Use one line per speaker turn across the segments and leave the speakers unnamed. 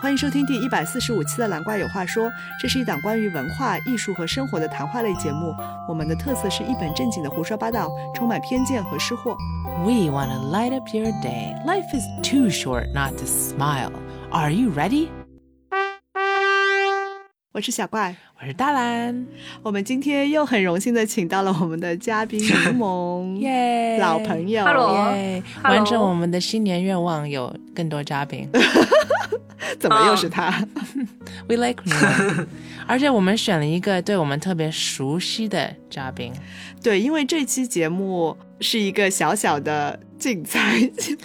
欢迎收听第一百四十五期的《蓝怪有话说》，这是一档关于文化艺术和生活的谈话类节目。我们的特色是一本正经的胡说八道，充满偏见和失货。
We want to light up your day. Life is too short not to smile. Are you ready?
我是小怪，
我是大蓝，
我们今天又很荣幸的请到了我们的嘉宾柠檬，
耶！
老朋友。
Hello
耶！
Hello
完成我们的新年愿望，有更多嘉宾。
怎么又是他？
We like you，而且我们选了一个对我们特别熟悉的嘉宾。
对，因为这期节目是一个小小的竞猜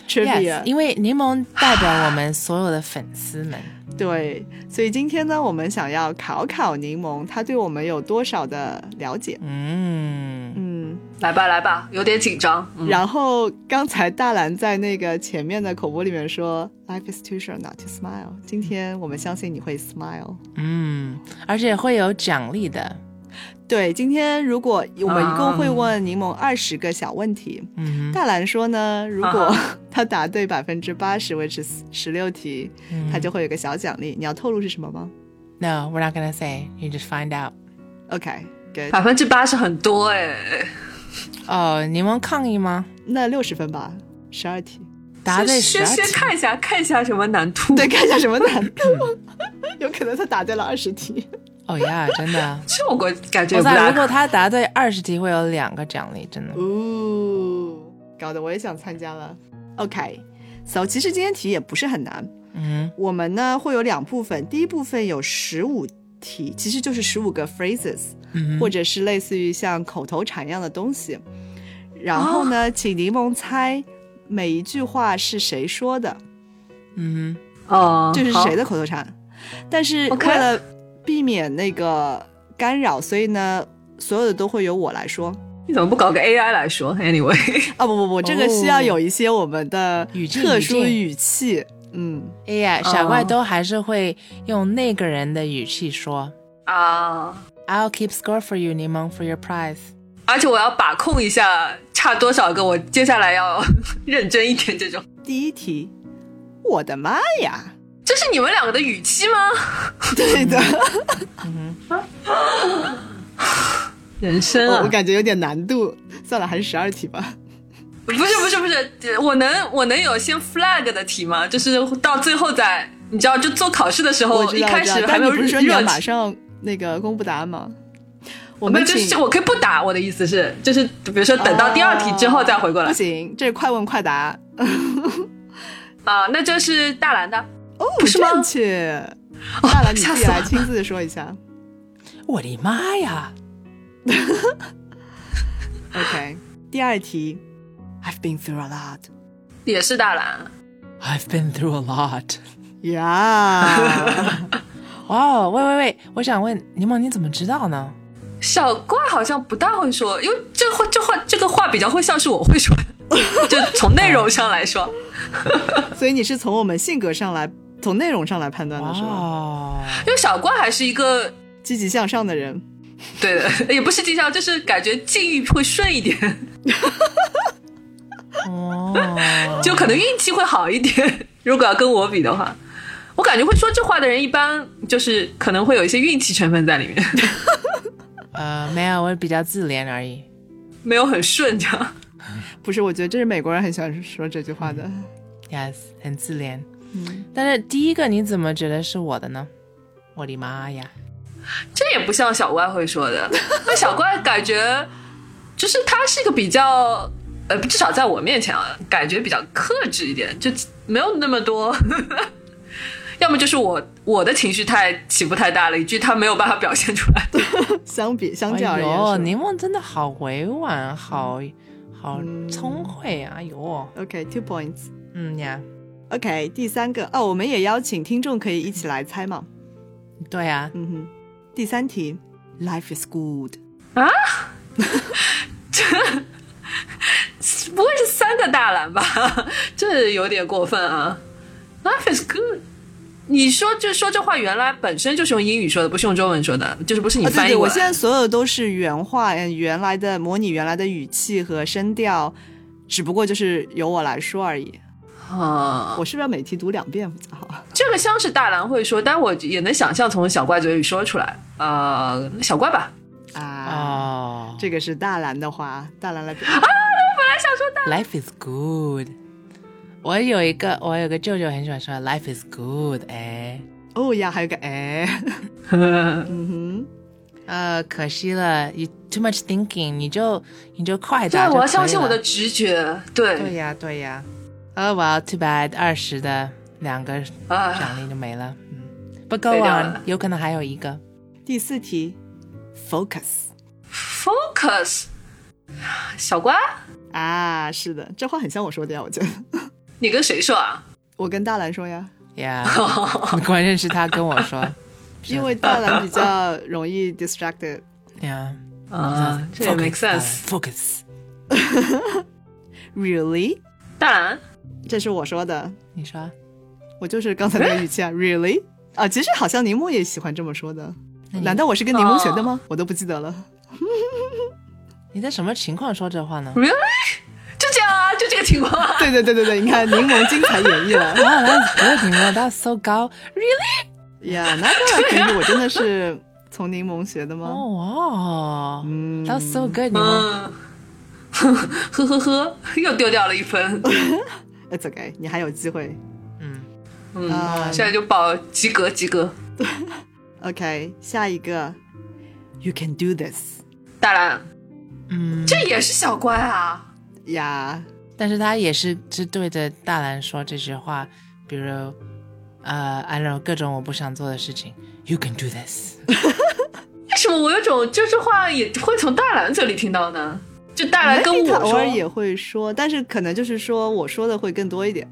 trivia，
Yes，因为柠檬代表我们所有的粉丝们。
对，所以今天呢，我们想要考考柠檬，他对我们有多少的了解？
嗯，
嗯，
来吧，来吧，有点紧张。嗯、
然后刚才大蓝在那个前面的口播里面说，Life is too short not to smile。今天我们相信你会 smile。
嗯，而且会有奖励的。
对，今天如果我们一共会
啊
问柠檬二十个小问题，
嗯哼，
大蓝说呢，如果
啊
他答对百分之八十，维持十六题，
嗯
他就会有个小奖励。你要透露是什么吗
No, we're not gonna say. You just find out.
？OK，good、
百分之八十很多哎、
哦，柠檬抗议吗？
那六十分吧，十二题。
答对十
先
二
先
题。
看一下，看一下什么难度。
对，，看一下什么难度，有可能他答对了二十题。
哦呀，真的。
这我感觉
我
也不
操！
大
如。果他答对二十题，会有两个奖励，真的。
哦，搞得我也想参加了。OK，so、其实今天题也不是很难，
嗯
我们呢会有两部分，第一部分有十五题，其实就是十五个 phrases，、
嗯，
或者是类似于像口头禅一样的东西。然后呢，
哦
请柠檬猜每一句话是谁说的，
嗯
哦，
就是谁
的？
的口头禅。但是
OK
为了避免那个干扰，所以呢，所有的都会由我来说。
你怎么不搞个 AI 来说？Anyway，
啊不不不，这
哦
个需要有一些我们的
语境
特殊
语境
语气。嗯，
哼，哎呀，
哦
傻怪都还是会用那个人的语气说
啊，
：“I'll keep score for you, 柠檬 for your prize。
而且我要把控一下差多少个，我接下来要认真一点。这种，
第一题，我的妈 呀！
这是你们两个的语气吗？
对的，
啊人生
我
啊
我，感觉有点难度。算了，还是十二题吧。
不是不是不是，我能我能有先 flag 的题吗？就是到最后再，你知道，就做考试的时
我
候，
知
哦一
道，
开
我知
始
道，
还
但
没
你
有
不是说
热
你要
情
马上那个公布答案吗？我
我没
们
有，就
请
是我可以不打，我的意思是，就是比如说等到第二题之后再回过来
不行，这是快问快答。
啊、那就是大蓝的，
哦，
不是吗哦
正确。大了，你自
吓
己
死我
来
了
亲自说一 下。”
我的妈呀！
OK，第二题，I've been through a lot。
也是大蓝，
I've been through a lot.
Yeah，
哇、哦，喂喂喂，我想问柠檬，你怎么知道呢？
小怪好像不大会说，因为这话这话这个话比较会像是我会说的， 就从内容上来说，
所以你是从我们性格上来，从内容上来判断
哇
的是吗？
哦，
因为小怪还是一个
积极向上的人。
对的，也不是经常，就是感觉境遇会顺一点，
哦，
就可能运气会好一点。 如果要跟我比的话，我感觉会说这话的人一般就是可能会有一些运气成分在里面，
呃，没有，我比较自恋而已。
没有很顺这样。
不是，我觉得这是美国人很喜欢说这句话的。
Yes，很自恋。
嗯
但是第一个你怎么觉得是我的呢？我的妈呀！
这也不像小怪会说的， 那小怪感觉就是他是一个比较，呃，至少在我面前啊，感觉比较克制一点，就没有那么多。 要么就是我我的情绪太起伏太大了，以至于他没有办法表现出来。
相比相较而
哎
言
呦，
是吧
柠檬真的好委婉，好
嗯
好聪慧啊！哎呦，
OK，two、points。
嗯呀，
OK，第三个哦，我们也邀请听众可以一起来猜嘛。
对啊呀、
嗯哼，第三题，Life is good。
不会是三个大蓝吧？ 这有点过分啊！Life is good。你说就说这话原来本身就是用英语说的，不是用中文说的，就是不是你
啊，对
翻译
对，
过
我
来的。
现在所有都是原话，嗯，原来的模拟原来的语气和声调，只不过就是由我来说而已。
啊、
我是不是要每题读两遍比较好？
这个像是大兰会说，但我也能想象从小怪嘴里说出来。呃，小怪吧，
啊，
哦、
这个是大蓝的话，大蓝来表
l i f e is good。我有一个，我有个舅舅很喜欢说 “life is good”，哎，
哦呀，还有个哎，嗯
呃，可惜了，you too much thinking，你就你就快
对啊
答，就
我要
可
相
以
信我
了
的直觉。对，
对呀，对呀。Oh well, too bad，二十的两个
啊
奖励就没了。嗯，不 go
废掉
on，
了
有可能还有一个。
哼， 第四题，focus
focus，小瓜，
啊，是的，这话很像我说的呀，我觉得，
你跟谁说啊？
我跟大蓝说呀，
Yeah，关键是他跟我说。
因为大蓝比较容易 distracted。
Yeah，
啊， 这也 make sense。
Focus，
Really？
大兰，
这是我说的，
你说
我就是刚才那个语气啊。Really？啊，其实好像柠檬也喜欢这么说的。
那你
难道我是跟柠檬学的吗？我都不记得了。
你在什么情况说这话呢
Really？就这样啊，就这个情况啊。
对对对对对，你看柠檬精彩演绎了。
？Wow, 啊 that's good，你们 that's so 高，really？
呀，那当然可以，我真的是从柠檬学的吗？
哦哇
嗯
，that's so good，你们
嗯，呵 呵呵呵，又丢掉了一分。
i t s OK，你还有机会。
嗯，
嗯，
啊
现在就保及格及格。
OK，下一个，You can do this
大兰，
嗯，
这也是小乖啊。
呀、
但是他也是是对着大兰说这些话，比如，呃，I don't know 各种我不想做的事情，You can do this。
为什么我有种这句话也会从大兰嘴里听到呢？就大
y
兰跟我
他偶
说
尔，也会说，但是可能就是说我说的会更多一点。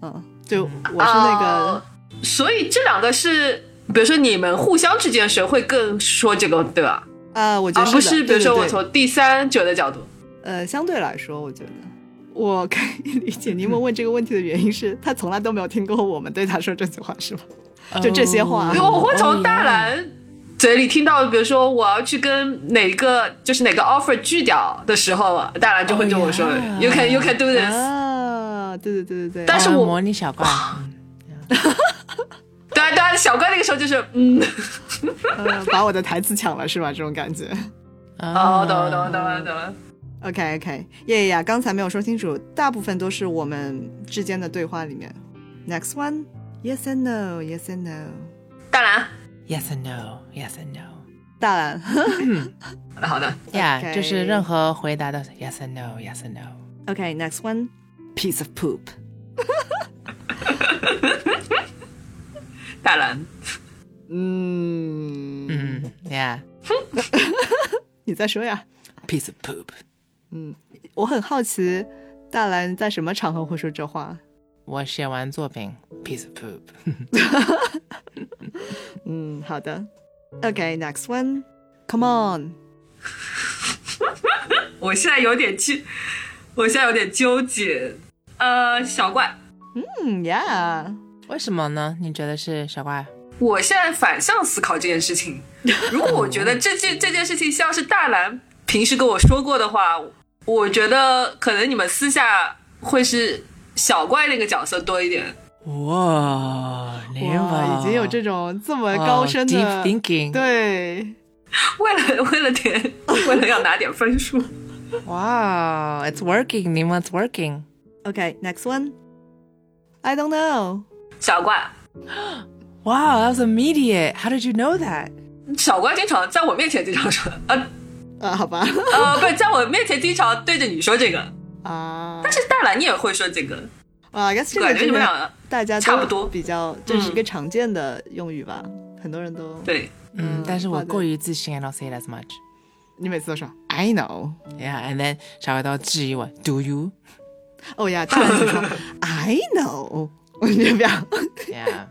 嗯，就我是那个、
哦所以这两个是，比如说你们互相之间谁会更说这个，对吧？
啊，我觉
而
得
不
是
是
的
比如说
对
我
对对
从第三者的角度。
呃，相对来说，我觉得我可以理解柠檬问这个问题的原因是，他从来都没有听过我们对他说这句话，是吗？就这些话
哦
因为我会从大，兰嘴里听到，比如说我要去跟哪一个就是哪个 offer 拒掉的时候，大兰就会跟我说、
Oh, yeah.
“You can, you can do this”、
哦啊，对对对对对，
但是
哦
我
模拟小怪，嗯
对啊，对啊，小怪那个时候就是嗯，
呃把我的台词抢了是吧？这种感觉。
哦，懂了，
Um,
懂了，懂了，懂了。
OK OK，耶呀，刚才没有说清楚，大部分都是我们之间的对话里面。Next one, yes and no, yes and no。
大兰，
Yes and no, yes and no。
大蓝
好的，好的，
Yeah，
Okay
就是任何回答都是 Yes and no, Yes and no。
，OK next one, piece of poop。
大兰，
嗯，
嗯，Yeah，piece
Mm-hmm. 你再说呀。
of poop。
我很好奇，大蓝在什么场合会说这话？
我写完作品，piece of poop。
嗯，好的。OK next one, come on。
我现在有点纠，我现在有点纠结。呃，小怪，
嗯，Yeah。
为什么呢？你觉得是小怪？
我现在反向思考这件 事情。如果我觉得这件这件事情像是大兰平时跟我说过的话，我觉得可能你们私下会是小怪那个角色多一点。
哇，明白，
哇，已经有这种这么高深的、
deep thinking。
对。
为了为了点，为了要拿点分数，
哇，it's working，你们 it's working。
OK next one, I don't know。
小怪
哇，that was immediate。How did you know that？
小怪经常在我面前经常说，呃
啊，好吧。
呃，不是在我面前经常对着你说这个，
啊
但是大兰你也会说这个，
啊，但是这个
感觉
真
你们
的
俩
大家都
差不多
比较，这是一个
嗯
常见的用语吧，很多人都。
对。
嗯
嗯，
但是
好
我
的
过于自信，I don't say it as much。
你每次都说 I know，
Yeah，and then 小怪都质疑我，Do you？
哦 呀，大人就说 I know，我 这表。
Yeah.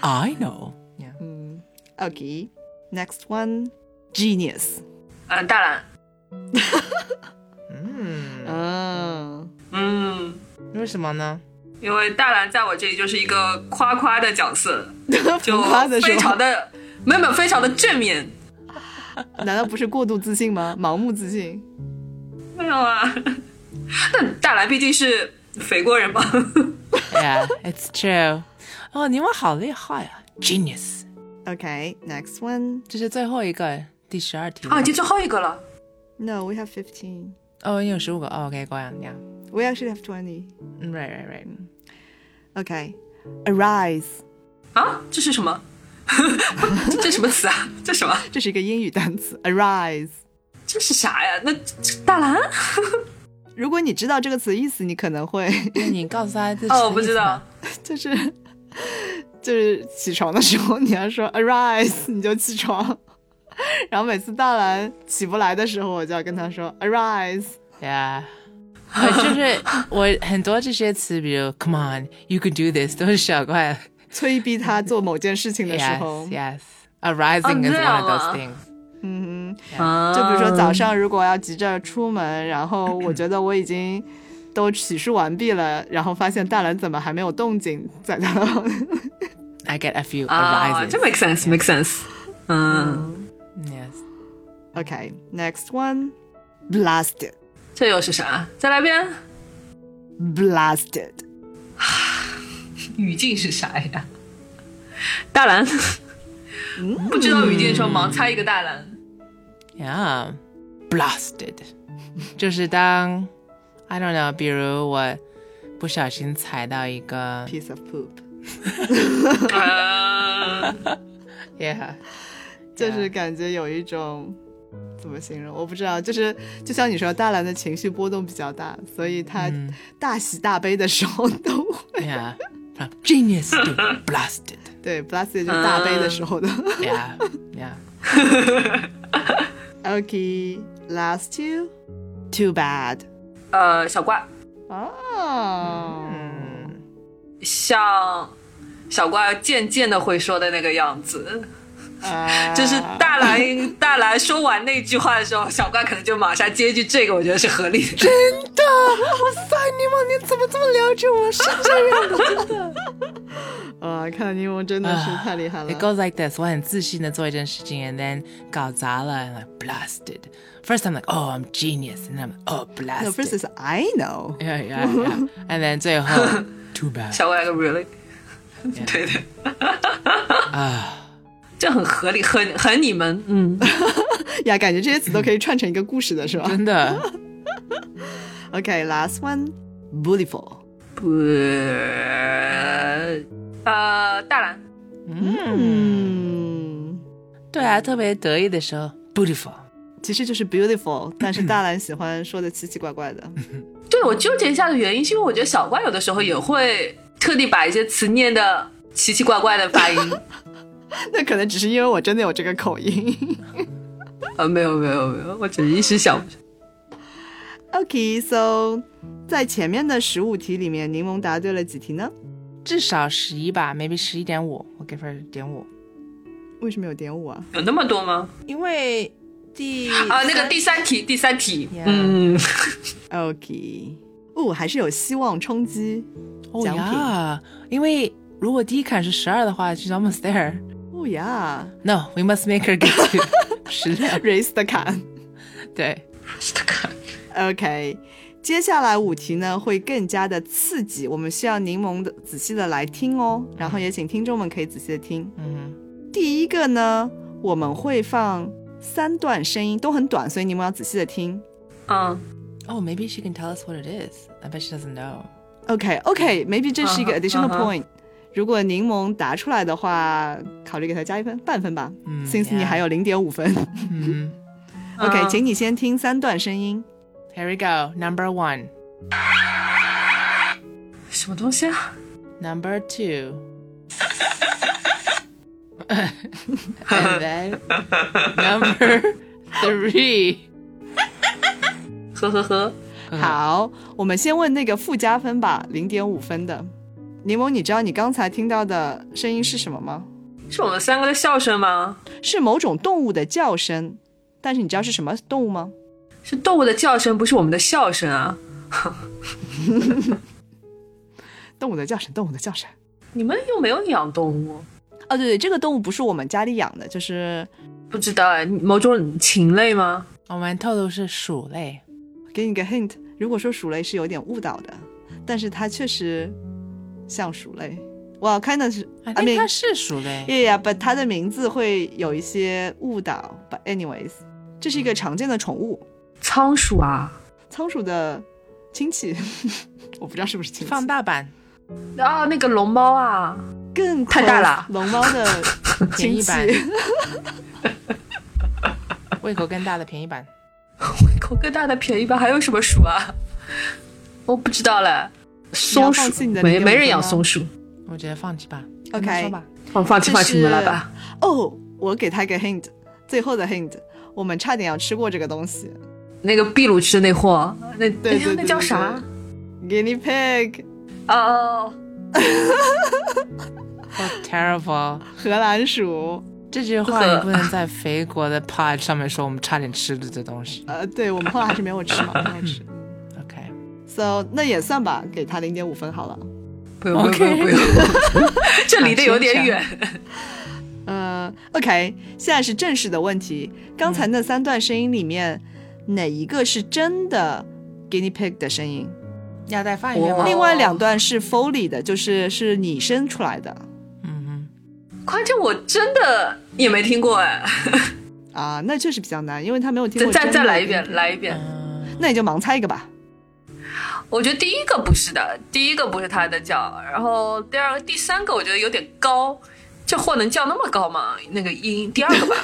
I know. Yeah.
OK，next one。Genius，
嗯，大兰，
嗯，
嗯，
嗯，
为什么呢？
因为大兰在我这里就是一个夸夸的角色，就
浮嗯夸的
非
时
常
候，
的没有没有啊非常的正面，
难道不是过度自信吗？盲目自信，
没有啊。但大兰毕竟是肥国人嘛，
Yeah, it's true. 哦，你们好厉害啊，genius！
OK，next one。
这是最后一个第十二题
啊，已经最后一个了。
No，we have fifteen.
哦，你有十五个。哦、OK，高阳亮。
We actually have twenty.
嗯，right right right。
OK，arise，
啊，这是什么？ 这这什么词啊？这什么？
这是一个英语单词，arise。
这是啥呀？那这大蓝？
如果你知道这个词意思，你可能会
那你告诉他这是
哦，我不
什么意思
知道
吧。。
就是就是起床的时候，你要说 arise，你就起床。然后每次大兰起不来的时候，我就要跟他说 arise。
Yeah，呃， 就是我很多这些词，比如 Come on，you can do this，都是小怪。
催逼他做某件事情的时
Yes,
候
yes. Arising is
这
one
样
of those
啊
things.
嗯哼。
啊
就比如说早上如果要急着出门，然后我觉得我已经都洗漱完毕了，然后发现大兰怎么还没有动静，在他的
I get a few
啊，
arising.
这 make sense make sense。嗯，
Yes.
OK next one blasted
这又是啥？再来一遍。
blasted
语境是啥呀？大蓝，不知道语境的时候盲猜一个大蓝。
Yeah, blasted，就是当 I don't know，比如我不小心踩到一个
piece of poop，
呃
，Yeah，
就是感觉有一种。怎么形容？我不知道，就是就像你说，大兰的情绪波动比较大，所以他
嗯
大喜大悲的时候都会、
，Yeah，genius to blasted，
对 blasted 就是大悲的时候
啊
的。
Yeah, yeah.
OK last two too bad
呃，小怪
哦，
嗯
像小怪渐渐的会说的那个样子，
啊
就是大蓝大蓝说完那句话的时候，小怪可能就马上接一句这个，我觉得是合理的。
的，哇塞，你们你怎么这么了解我？是这样的，真的。
哇，看来柠檬真的是太厉害了
It。goes like this. 哎我很自信的做一件事情，and then 搞砸了，and like blasted. First I'm like, oh, I'm genius, and then I'm like, oh,
No,
blasted.
first is I know.
yeah, yeah, yeah. And then 最后 too bad.
小怪那个 really，对的，
啊，
这很合理，很很你们，嗯，
呀，感觉这些词都可以串成一个故事的是吧
真的
？OK, last one, beautiful.
不，呃，大蓝。
Hmm。
嗯，
对啊，特别得意的时候，beautiful。
其实就是 beautiful，但是大兰喜欢说的奇奇怪怪的。
对我纠结一下的原因，是因为我觉得小怪有的时候也会特地把一些词念的奇奇怪怪的发音。
那可能只是因为我真的有这个口音。
呃，没有没有没有，我只是一时想不起
OK, so 在前面的十五题里面，柠檬答对了几题呢？
至少十一吧，maybe 十一点五，我给分点五，
为什么有点五啊？
有那么多吗？
因为第
啊，那个第三题，第三题
Yeah
嗯，
OK，哦，还是有希望冲击
哦
奖品
呀，因为如果第一坎是十二的话，she's almost there。
哦呀
No, we must make her get to 十六。
，raise the 坎。
对
OK，接下来五题呢会更加的刺激，我们需要柠檬的仔细的来听哦，然后也请听众们可以仔细的听。
嗯，
第一个呢，我们会放三段声音，都很短，所以柠檬要仔细的听。
嗯，
Oh, maybe she can tell us what it is. I bet she doesn't know.
OK，OK，maybe、这是一 个
嗯哼
additional
嗯
Uh-huh.
哼
point。如果柠檬答出来的话，考虑给他加一分，半分吧。
嗯
Since 你
yeah
还有零点五分。
嗯
OK，
嗯
请你先听三段声音。
，Here we go. Number one,
什么东西啊？
number two, and then number three. Uh,
呵呵呵，
嗯
好，我们先问那个附加分吧，零点五分的。柠檬，你知道你刚才听到的声音是什么吗？
是我们三个的笑声吗？
是某种动物的叫声，但是你知道是什么动物吗？
是动物的叫声，不是我们的笑声啊！
动物的叫声，动物的叫声。
你们又没有养动物，
哦，对对，这个动物不是我们家里养的，就是
不知道哎，某种禽类吗？
我们透露是鼠类。
给你个 hint，如果说鼠类是有点误导的，但是它确实像鼠类。哇、well,，kind of 是
，I
I
think
mean
哎它是鼠类。
Yeah, yeah, but 它的名字会有一些误导。But anyways，这是一个常见的宠物，
仓鼠啊
仓鼠的亲戚， 我不知道是不是亲戚。
放大版，
啊，那个龙猫啊，
更
太大
close
了
龙猫的
便
亲
宜
戚。
版，胃口更大的便宜版。
口更大的便宜吧？还有什么鼠啊？我不知道嘞。松
放弃
鼠
你的
没
理由
没人养
吗
松鼠，
我觉得放弃吧。
OK
跟他说吧。
放放弃
这
放弃你们来
是
吧。
哦，我给他一个 hint，最后的 hint，我们差点要吃过这个东西。
那个秘鲁吃的那货，那
对
哎呀
对
那
对
叫
对
啥？
Guinea pig，
哦，
Oh terrible！
荷兰鼠。
这句话你不能在肥国的 pod 上面说我们差点吃了这东西。
呃，对我们后来还是没有吃嘛，没有吃。
OK，
So 那也算吧，给他零点五分好了。
不用不用不用不用， 啊这离得有点远。
嗯，OK，现在是正式的问题。刚才那三段声音里面，哪一个是真的 guinea pig 的声音？
要再放一遍吗
哦？
另外两段是 Foley 的，就是是拟声出来的
嗯
关键我真的也没听过哎，
啊，那确实比较难，因为他没有听
再
过。
再再来一遍，，来一遍。
哼，
那你就盲猜一个吧。
我觉得第一个不是的，第一个不是他的叫，然后第二个、第三个我觉得有点高，这货能叫那么高吗？那个音，第二个 吧，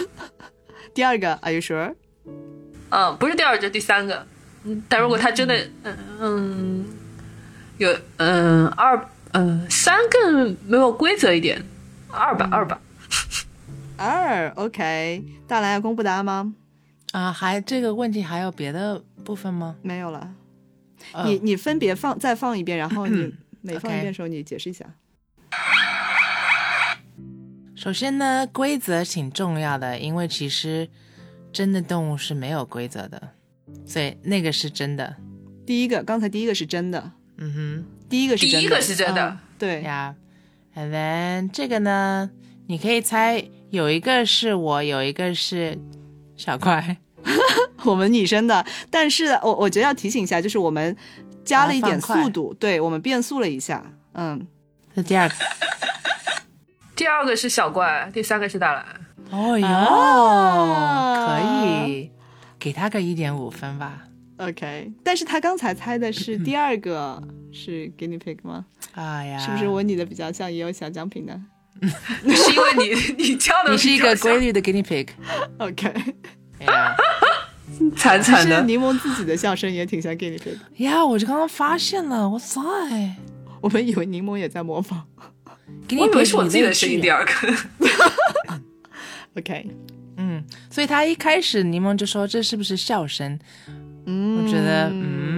第二个，Are you sure？
嗯，不是第二个就是第三个，嗯，但如果他真的，嗯嗯，有嗯二嗯三更没有规则一点，二吧二吧，
二，OK。大蓝要公布答案吗？
啊，还这个问题还有别的部分吗？
没有了。
呃
你你分别放再放一遍，然后 你每放一
OK
遍的时候你解释一下。
首先呢，规则挺重要的，因为其实真的动物是没有规则的，所以那个是真的。
第一个，刚才第一个是真的，
嗯
第一个是
第
真的，啊
一个是真的
嗯，哼
对，
，Yeah，and then 这个呢，你可以猜有一个是我，有一个是小怪，
我们女生的。但是我我觉得要提醒一下，就是我们加了一点
把它放快
速度，对我们变速了一下。嗯，
这第二个。
第二个是小怪，第三个是大蓝，
哦哟，
啊
可以，给他个一点五分吧。
OK，但是他刚才猜的 是第二个是 guinea pig 吗？
哎呀，
是不是我拟的比较像，也有小奖品呢
是因为你你叫的
你是一个
比较
规律的 guinea pig？
？OK，
呀
惨
其
惨
实
的，
柠檬自己的笑声也挺像 guinea pig，的
呀，我就刚刚发现了，哇塞
我们以为柠檬也在模仿。
，guinea
我
pig
以为是我自己的
你
声音。
那个
第二个，
OK，
嗯，所以他一开始柠檬就说这是不是笑声？
嗯，
我觉得，。嗯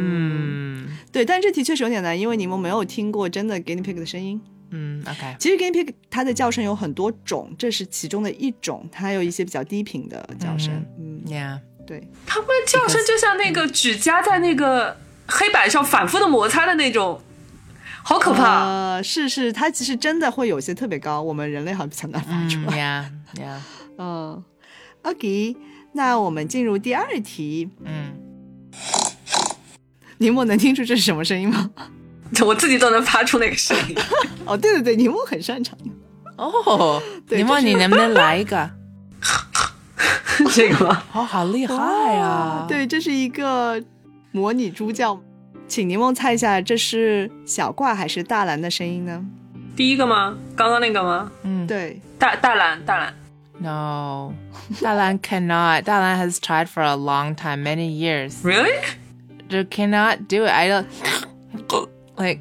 对，但这题确实有点难，因为你们没有听过真的 guinea pig 的声音。
嗯，OK，
其实 guinea pig 它的叫声有很多种，这是其中的一种，它还有一些比较低频的叫声。嗯，
呀，
对，
他们叫声就像那个指甲在那个黑板上反复的摩擦的那种，好可怕。
呃，是是，它其实真的会有些特别高，我们人类好像比较难发出
嗯
来。
呀呀，
嗯，OK，那我们进入第二题，
嗯，
柠檬能听出这是什么声音吗？
我自己都能发出那个声音。
哦，对对对，柠檬很擅长。
Oh,
哦，
对
柠
这
檬，
是
你能不能来一个？
这个吗？
哦，好厉害啊！
哇对，这是一个模拟猪叫，请柠檬猜一下，这是小挂还是大蓝的声音呢？
第一个吗？刚刚那个吗？
嗯，
对，
大大蓝大蓝，
No. Dalan cannot. Dalan has tried for a long time, many years.
really？
Just cannot do it. I don't like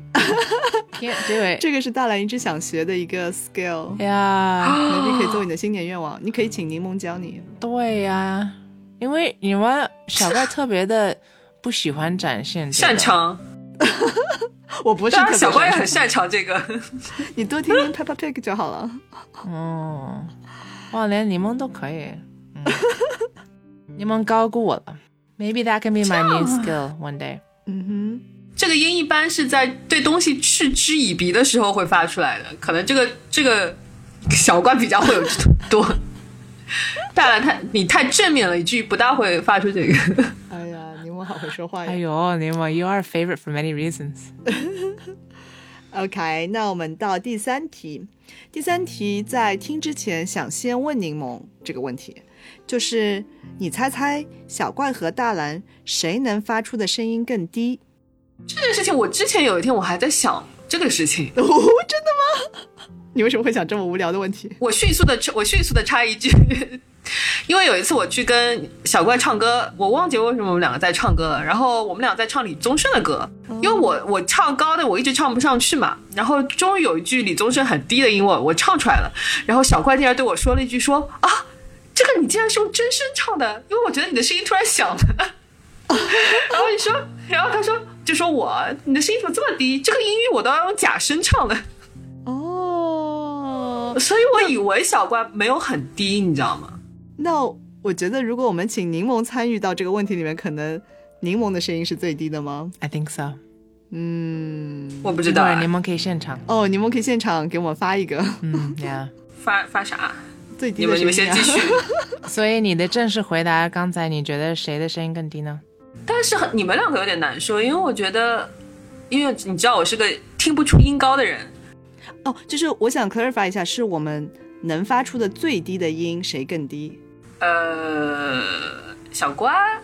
can't do it.
这个是大蓝一直想学的一个 skill。
Yeah.
你可以作为你的新年愿望，你可以请柠檬教你。
对呀、啊，因为你们小怪特别的不喜欢展现
擅长，
我不是
当
特别
然小怪也
擅
很
长
擅长这个。
你多听听 Peppa Pig 就好了。
哦嗯 Maybe that can be my new skill one day.
嗯
这个音一般是在对东西嗤之以鼻的时候会发出来的，可能这个这个小怪比较会有这种多。大蓝太你太正面了一句，不大会发出这个。
哼，哎呀，柠檬好会说话呀。
哎呦，柠檬，you are a favorite for many reasons.
OK，那我们到第三题。第三题在听之前，想先问柠檬这个问题，就是你猜猜小怪和大蓝谁能发出的声音更低？
这件事情，我之前有一天我还在想这个事情，
哦，真的吗？你为什么会想这么无聊的问题？
我迅速的我迅速的插一句， 因为有一次我去跟小怪唱歌，我忘记为什么我们两个在唱歌了，然后我们俩在唱李宗盛的歌，因为我我唱高的我一直唱不上去嘛，然后终于有一句李宗盛很低的音我我唱出来了，然后小怪竟然对我说了一句说啊，这个你竟然是用真声唱的，因为我觉得你的声音突然响了。 然后你说，然后他说，就说我，你的声音怎么这么低？这个音域我都要用假声唱的，
哦，
所以我以为小怪没有很低，你知道吗？
那我觉得如果我们请柠檬参与到这个问题里面，可能柠檬的声音是最低的吗？
I think so。
嗯，
我不知
一
道
会
啊、
儿柠檬可以现场。
哦，柠檬可以现场给我们发一个
嗯，Yeah。
发发啥？
最低
你
的
们你
声音、啊。
们先继续。
所以你的正式回答，刚才你觉得谁的声音更低呢？
但是很你们两个有点难说，因为我觉得，因为你知道我是个听不出音高的人，
哦，就是我想 clarify 一下，是我们能发出的最低的音谁更低？
呃，小瓜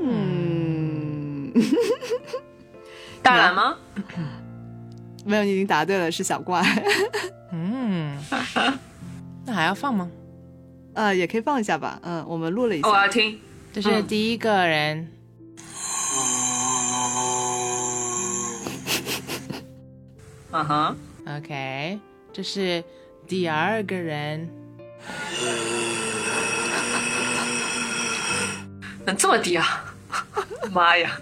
嗯，
大蓝吗？
没有，你已经答对了，是小怪。
嗯，那还要放吗？
呃，也可以放一下吧。嗯，我们录了一下。
哦我要听。
这是第一个人，
嗯哼，
OK，这是第二个人，
能这么低啊？ 妈呀！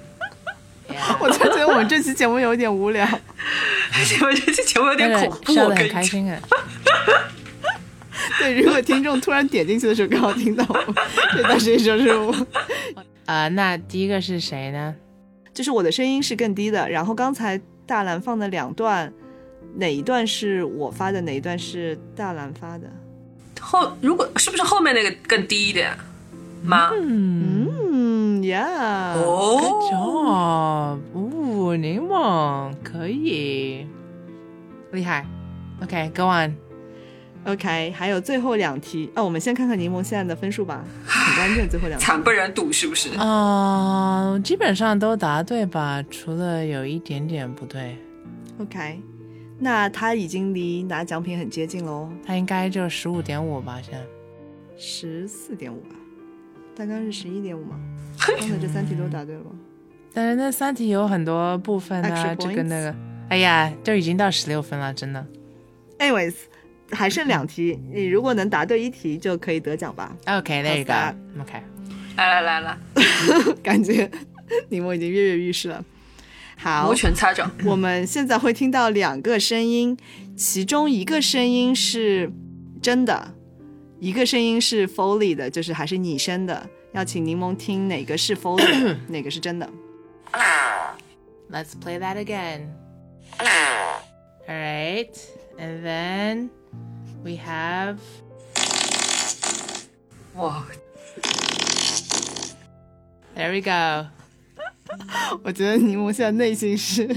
我就觉得我们这期节目有点无聊。
你们这期节目有点恐怖，
笑
我
得很
跟你
开
讲。
心啊。
对，如果听众突然点进去的时候刚好听到我，这段时间就是我，
啊、那第一个是谁呢？
就是我的声音是更低的。然后刚才大蓝放的两段，哪一段是我发的，哪一段是大蓝发的？
后如果是不是后面那个更低一点？啊妈，
嗯
嗯，Yeah。
哦，
，job，哦，柠檬可以，厉害。OK，go、on。
OK，还有最后两题啊，我们先看看柠檬现在的分数吧，很关键最后两 题。
惨不忍睹是不是？
啊、基本上都答对吧，除了有一点点不对，
OK，那他已经离拿奖品很接近喽，
他应该就十五点五吧，现在。
十四点五吧，大概是十一点五嘛。刚才这三题都答对了吗，
但是那三题有很多部分
Extra
啊，这个那个，哎呀，都已经到十六分了，真的。
Anyways，还剩两题，你如果能答对一题就可以得奖吧。
OK，there、you
好
go。OK。
来来来来，
感觉 柠檬已经跃跃欲试了。好
摩，拳擦掌。
我们现在会听到两个声音，其中一个声音是真的，一个声音是 Foley 的，就是还是拟声的。要请柠檬听哪个是 Foley，的哪个是真的。
Let's play that again. All right. And then we have
哇，
there we go.
我觉得柠檬现在内心是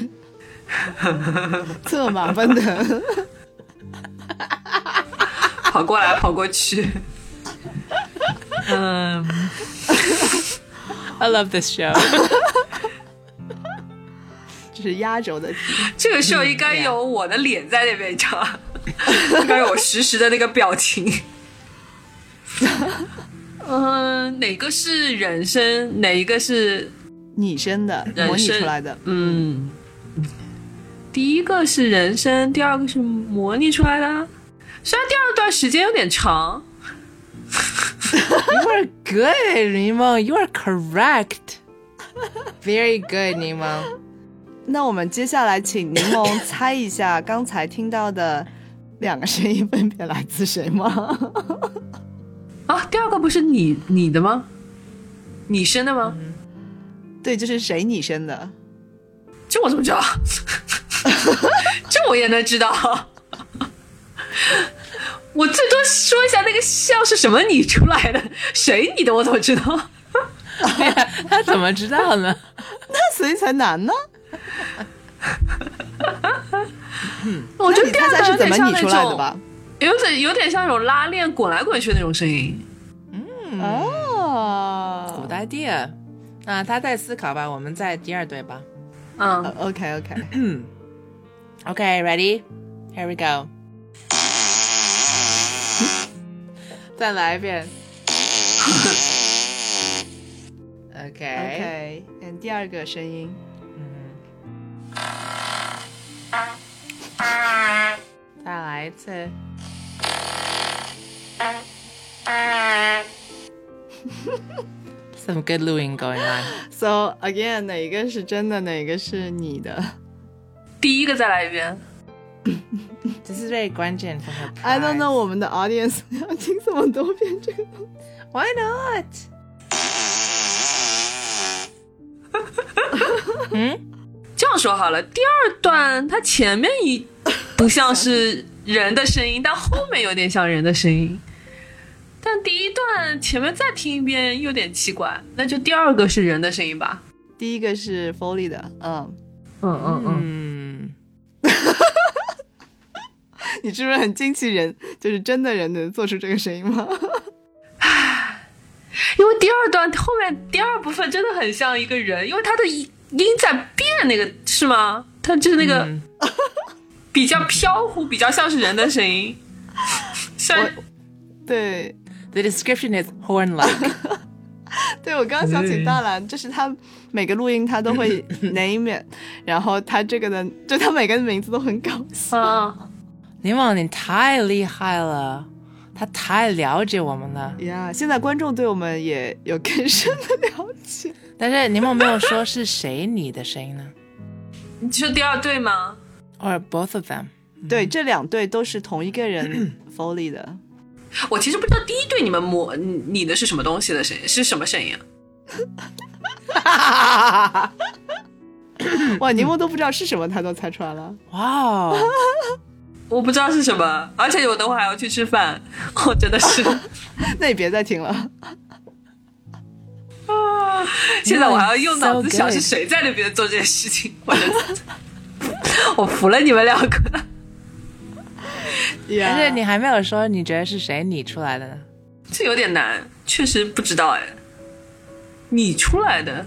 策马奔腾。
跑过来跑过 去。嗯，
I love this show.
这是压轴的题，
这个时候应该有我的脸在那边，你知道 吗？应该有我实时的那个表 情。嗯，哪个是人声？哪一个是
拟声的，
人
模拟
声
出来的。
嗯，第一个是人声，第二个是模拟出来的。啊虽然第二段时间有点长，
You are good, Nemo. You are correct. Very good, Nemo.
那我们接下来请柠檬猜一下刚才听到的两个声音分别来自谁吗？
啊，第二个不是你你的吗？你生的吗？
对，就是谁拟声的？
这我怎么 知道？这我也能知道？ 我最多说一下那个笑是什么拟出来的，谁拟的我怎么知道？
他怎么知道呢？
那所以才难呢？
我
那
觉得
你
第
猜
二
猜
个有
是怎
点
么
像
拟
那
出来的
种，
吧？
有点有点像那种拉链滚来滚去的那种声音。嗯
Good
哦
idea。那他在思考吧，我们在第二队吧。
嗯，
，OK OK，
Okay, ready? Here we go. 再来一 遍。Okay.
OK，嗯，第二个声音，
再来一次。Some good looing going on.
So again，哪个是真的，哪个是你的
第一个再来一遍。
This is very 关键 for her.
哎
？I don't know，
prize.
我们的 audience 要听这么多遍这个。
Why not? Hmm?
这样说好了，第二段它前面 一不像是人的声音，但后面有点像人的声音。但第一段前面再听一遍有点奇怪，那就第二个是人的声音吧。
第一个是 Foley 的，嗯，
嗯嗯嗯，
嗯，
你是不是很惊奇人，就是真的人能做出这个声音吗？
因为第二段后面第二部分真的很像一个人，因为他的音音在变，那个是吗？他就是那个
嗯
比较飘忽，比较像是人的声音。像
对，
The description is horn-like.
对，我刚刚想起大兰，就是他每个录音他都 会 name it，然后他这个的，就他每个名字都很搞笑。
啊，
柠檬，你太厉害了，他太了解我们了。
呀现在观众对我们也有更深的了解。
但是柠檬没有说是谁你的声音呢
你说第二对吗？
，or both of them。
嗯
对，这两对都是同一个人 Foley 的。
我其实不知道第一对你们模你你的是什么东西的声音，是什么声音啊？
哇，柠檬都不知道是什么，他都猜出来了。
哇哦，
我不知道是什么，而且我等会儿还要去吃饭，我真的是，
那你别再听了。
现在我还要用脑子
So good
想是谁在那边做这件事情， 我真的，我服了你们两个。
但是
呀
你还没有说你觉得是谁你出来的呢？
这有点难，确实不知道哎。你出来的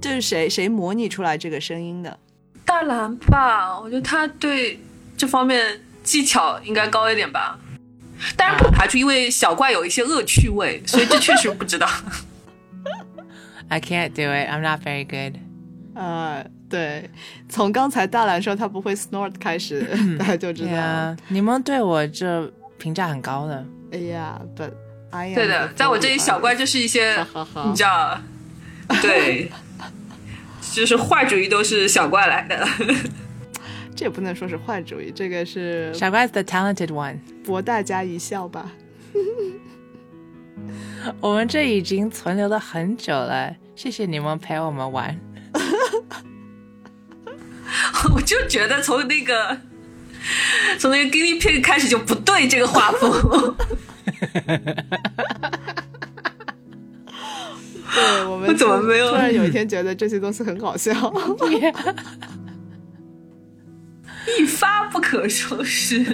这是谁谁模拟出来这个声音的？
大蓝吧，我觉得他对这方面技巧应该高一点吧。当然不排除因为小怪有一些恶趣味，所以这确实不知道。
I can't do it. I'm not very good.
啊，对，从刚才大兰说他不会 snort 开 始，大家就知道
嗯
对
了。
啊，你们对我这评价很高的。
哎呀，but I am
对的
the，
在我这
Foley
里小
artist
怪就是一些
哈哈哈
你知道， 对，就是坏主意都是小怪来的。
这也不能说是坏主意，这个是
傻瓜 is the talented one。
博大家一笑吧。
我们这已经存留了很久了，谢谢你们陪我们玩。
我就觉得从那个从那个 guinea pig 开始就不对这个画 风，
对我们
我怎么
突
没有
突然有一天觉得这些东西很好笑？
一发不可收拾。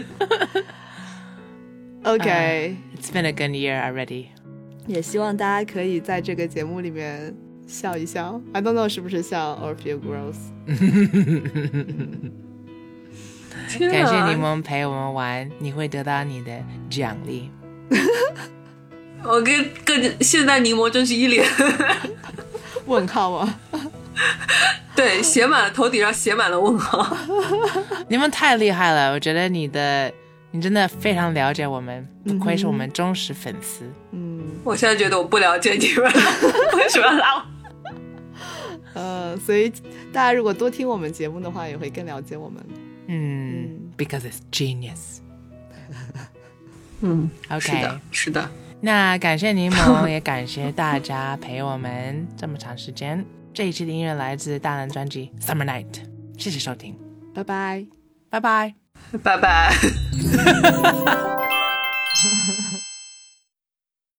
OK，、
It's been a good year already.
哎也希望大家可以在这个节目里面笑一笑。I don't know 是不是笑 or feel gross？
天
感
啊
谢柠！檬陪我们玩，你会得到你的奖励。
我跟跟现在柠檬真是一脸
问号啊 吗？
对写满了头顶上写满了问号。
你们太厉害了，我觉得你的你真的非常了解我们，不愧是我们忠实粉丝。
嗯，
我现在觉得我不了 解你们，为什么要拉我？
呃，所以大家如果多听我们节目的话，也会更了解我们。
嗯，because it's genius。
嗯是
OK，
的，是的。
那感谢柠檬，也感谢大家陪我们这么长时间。这一期的音乐来自大蓝专辑《Summer Night》，谢谢收听，
拜拜。
拜拜。
拜拜。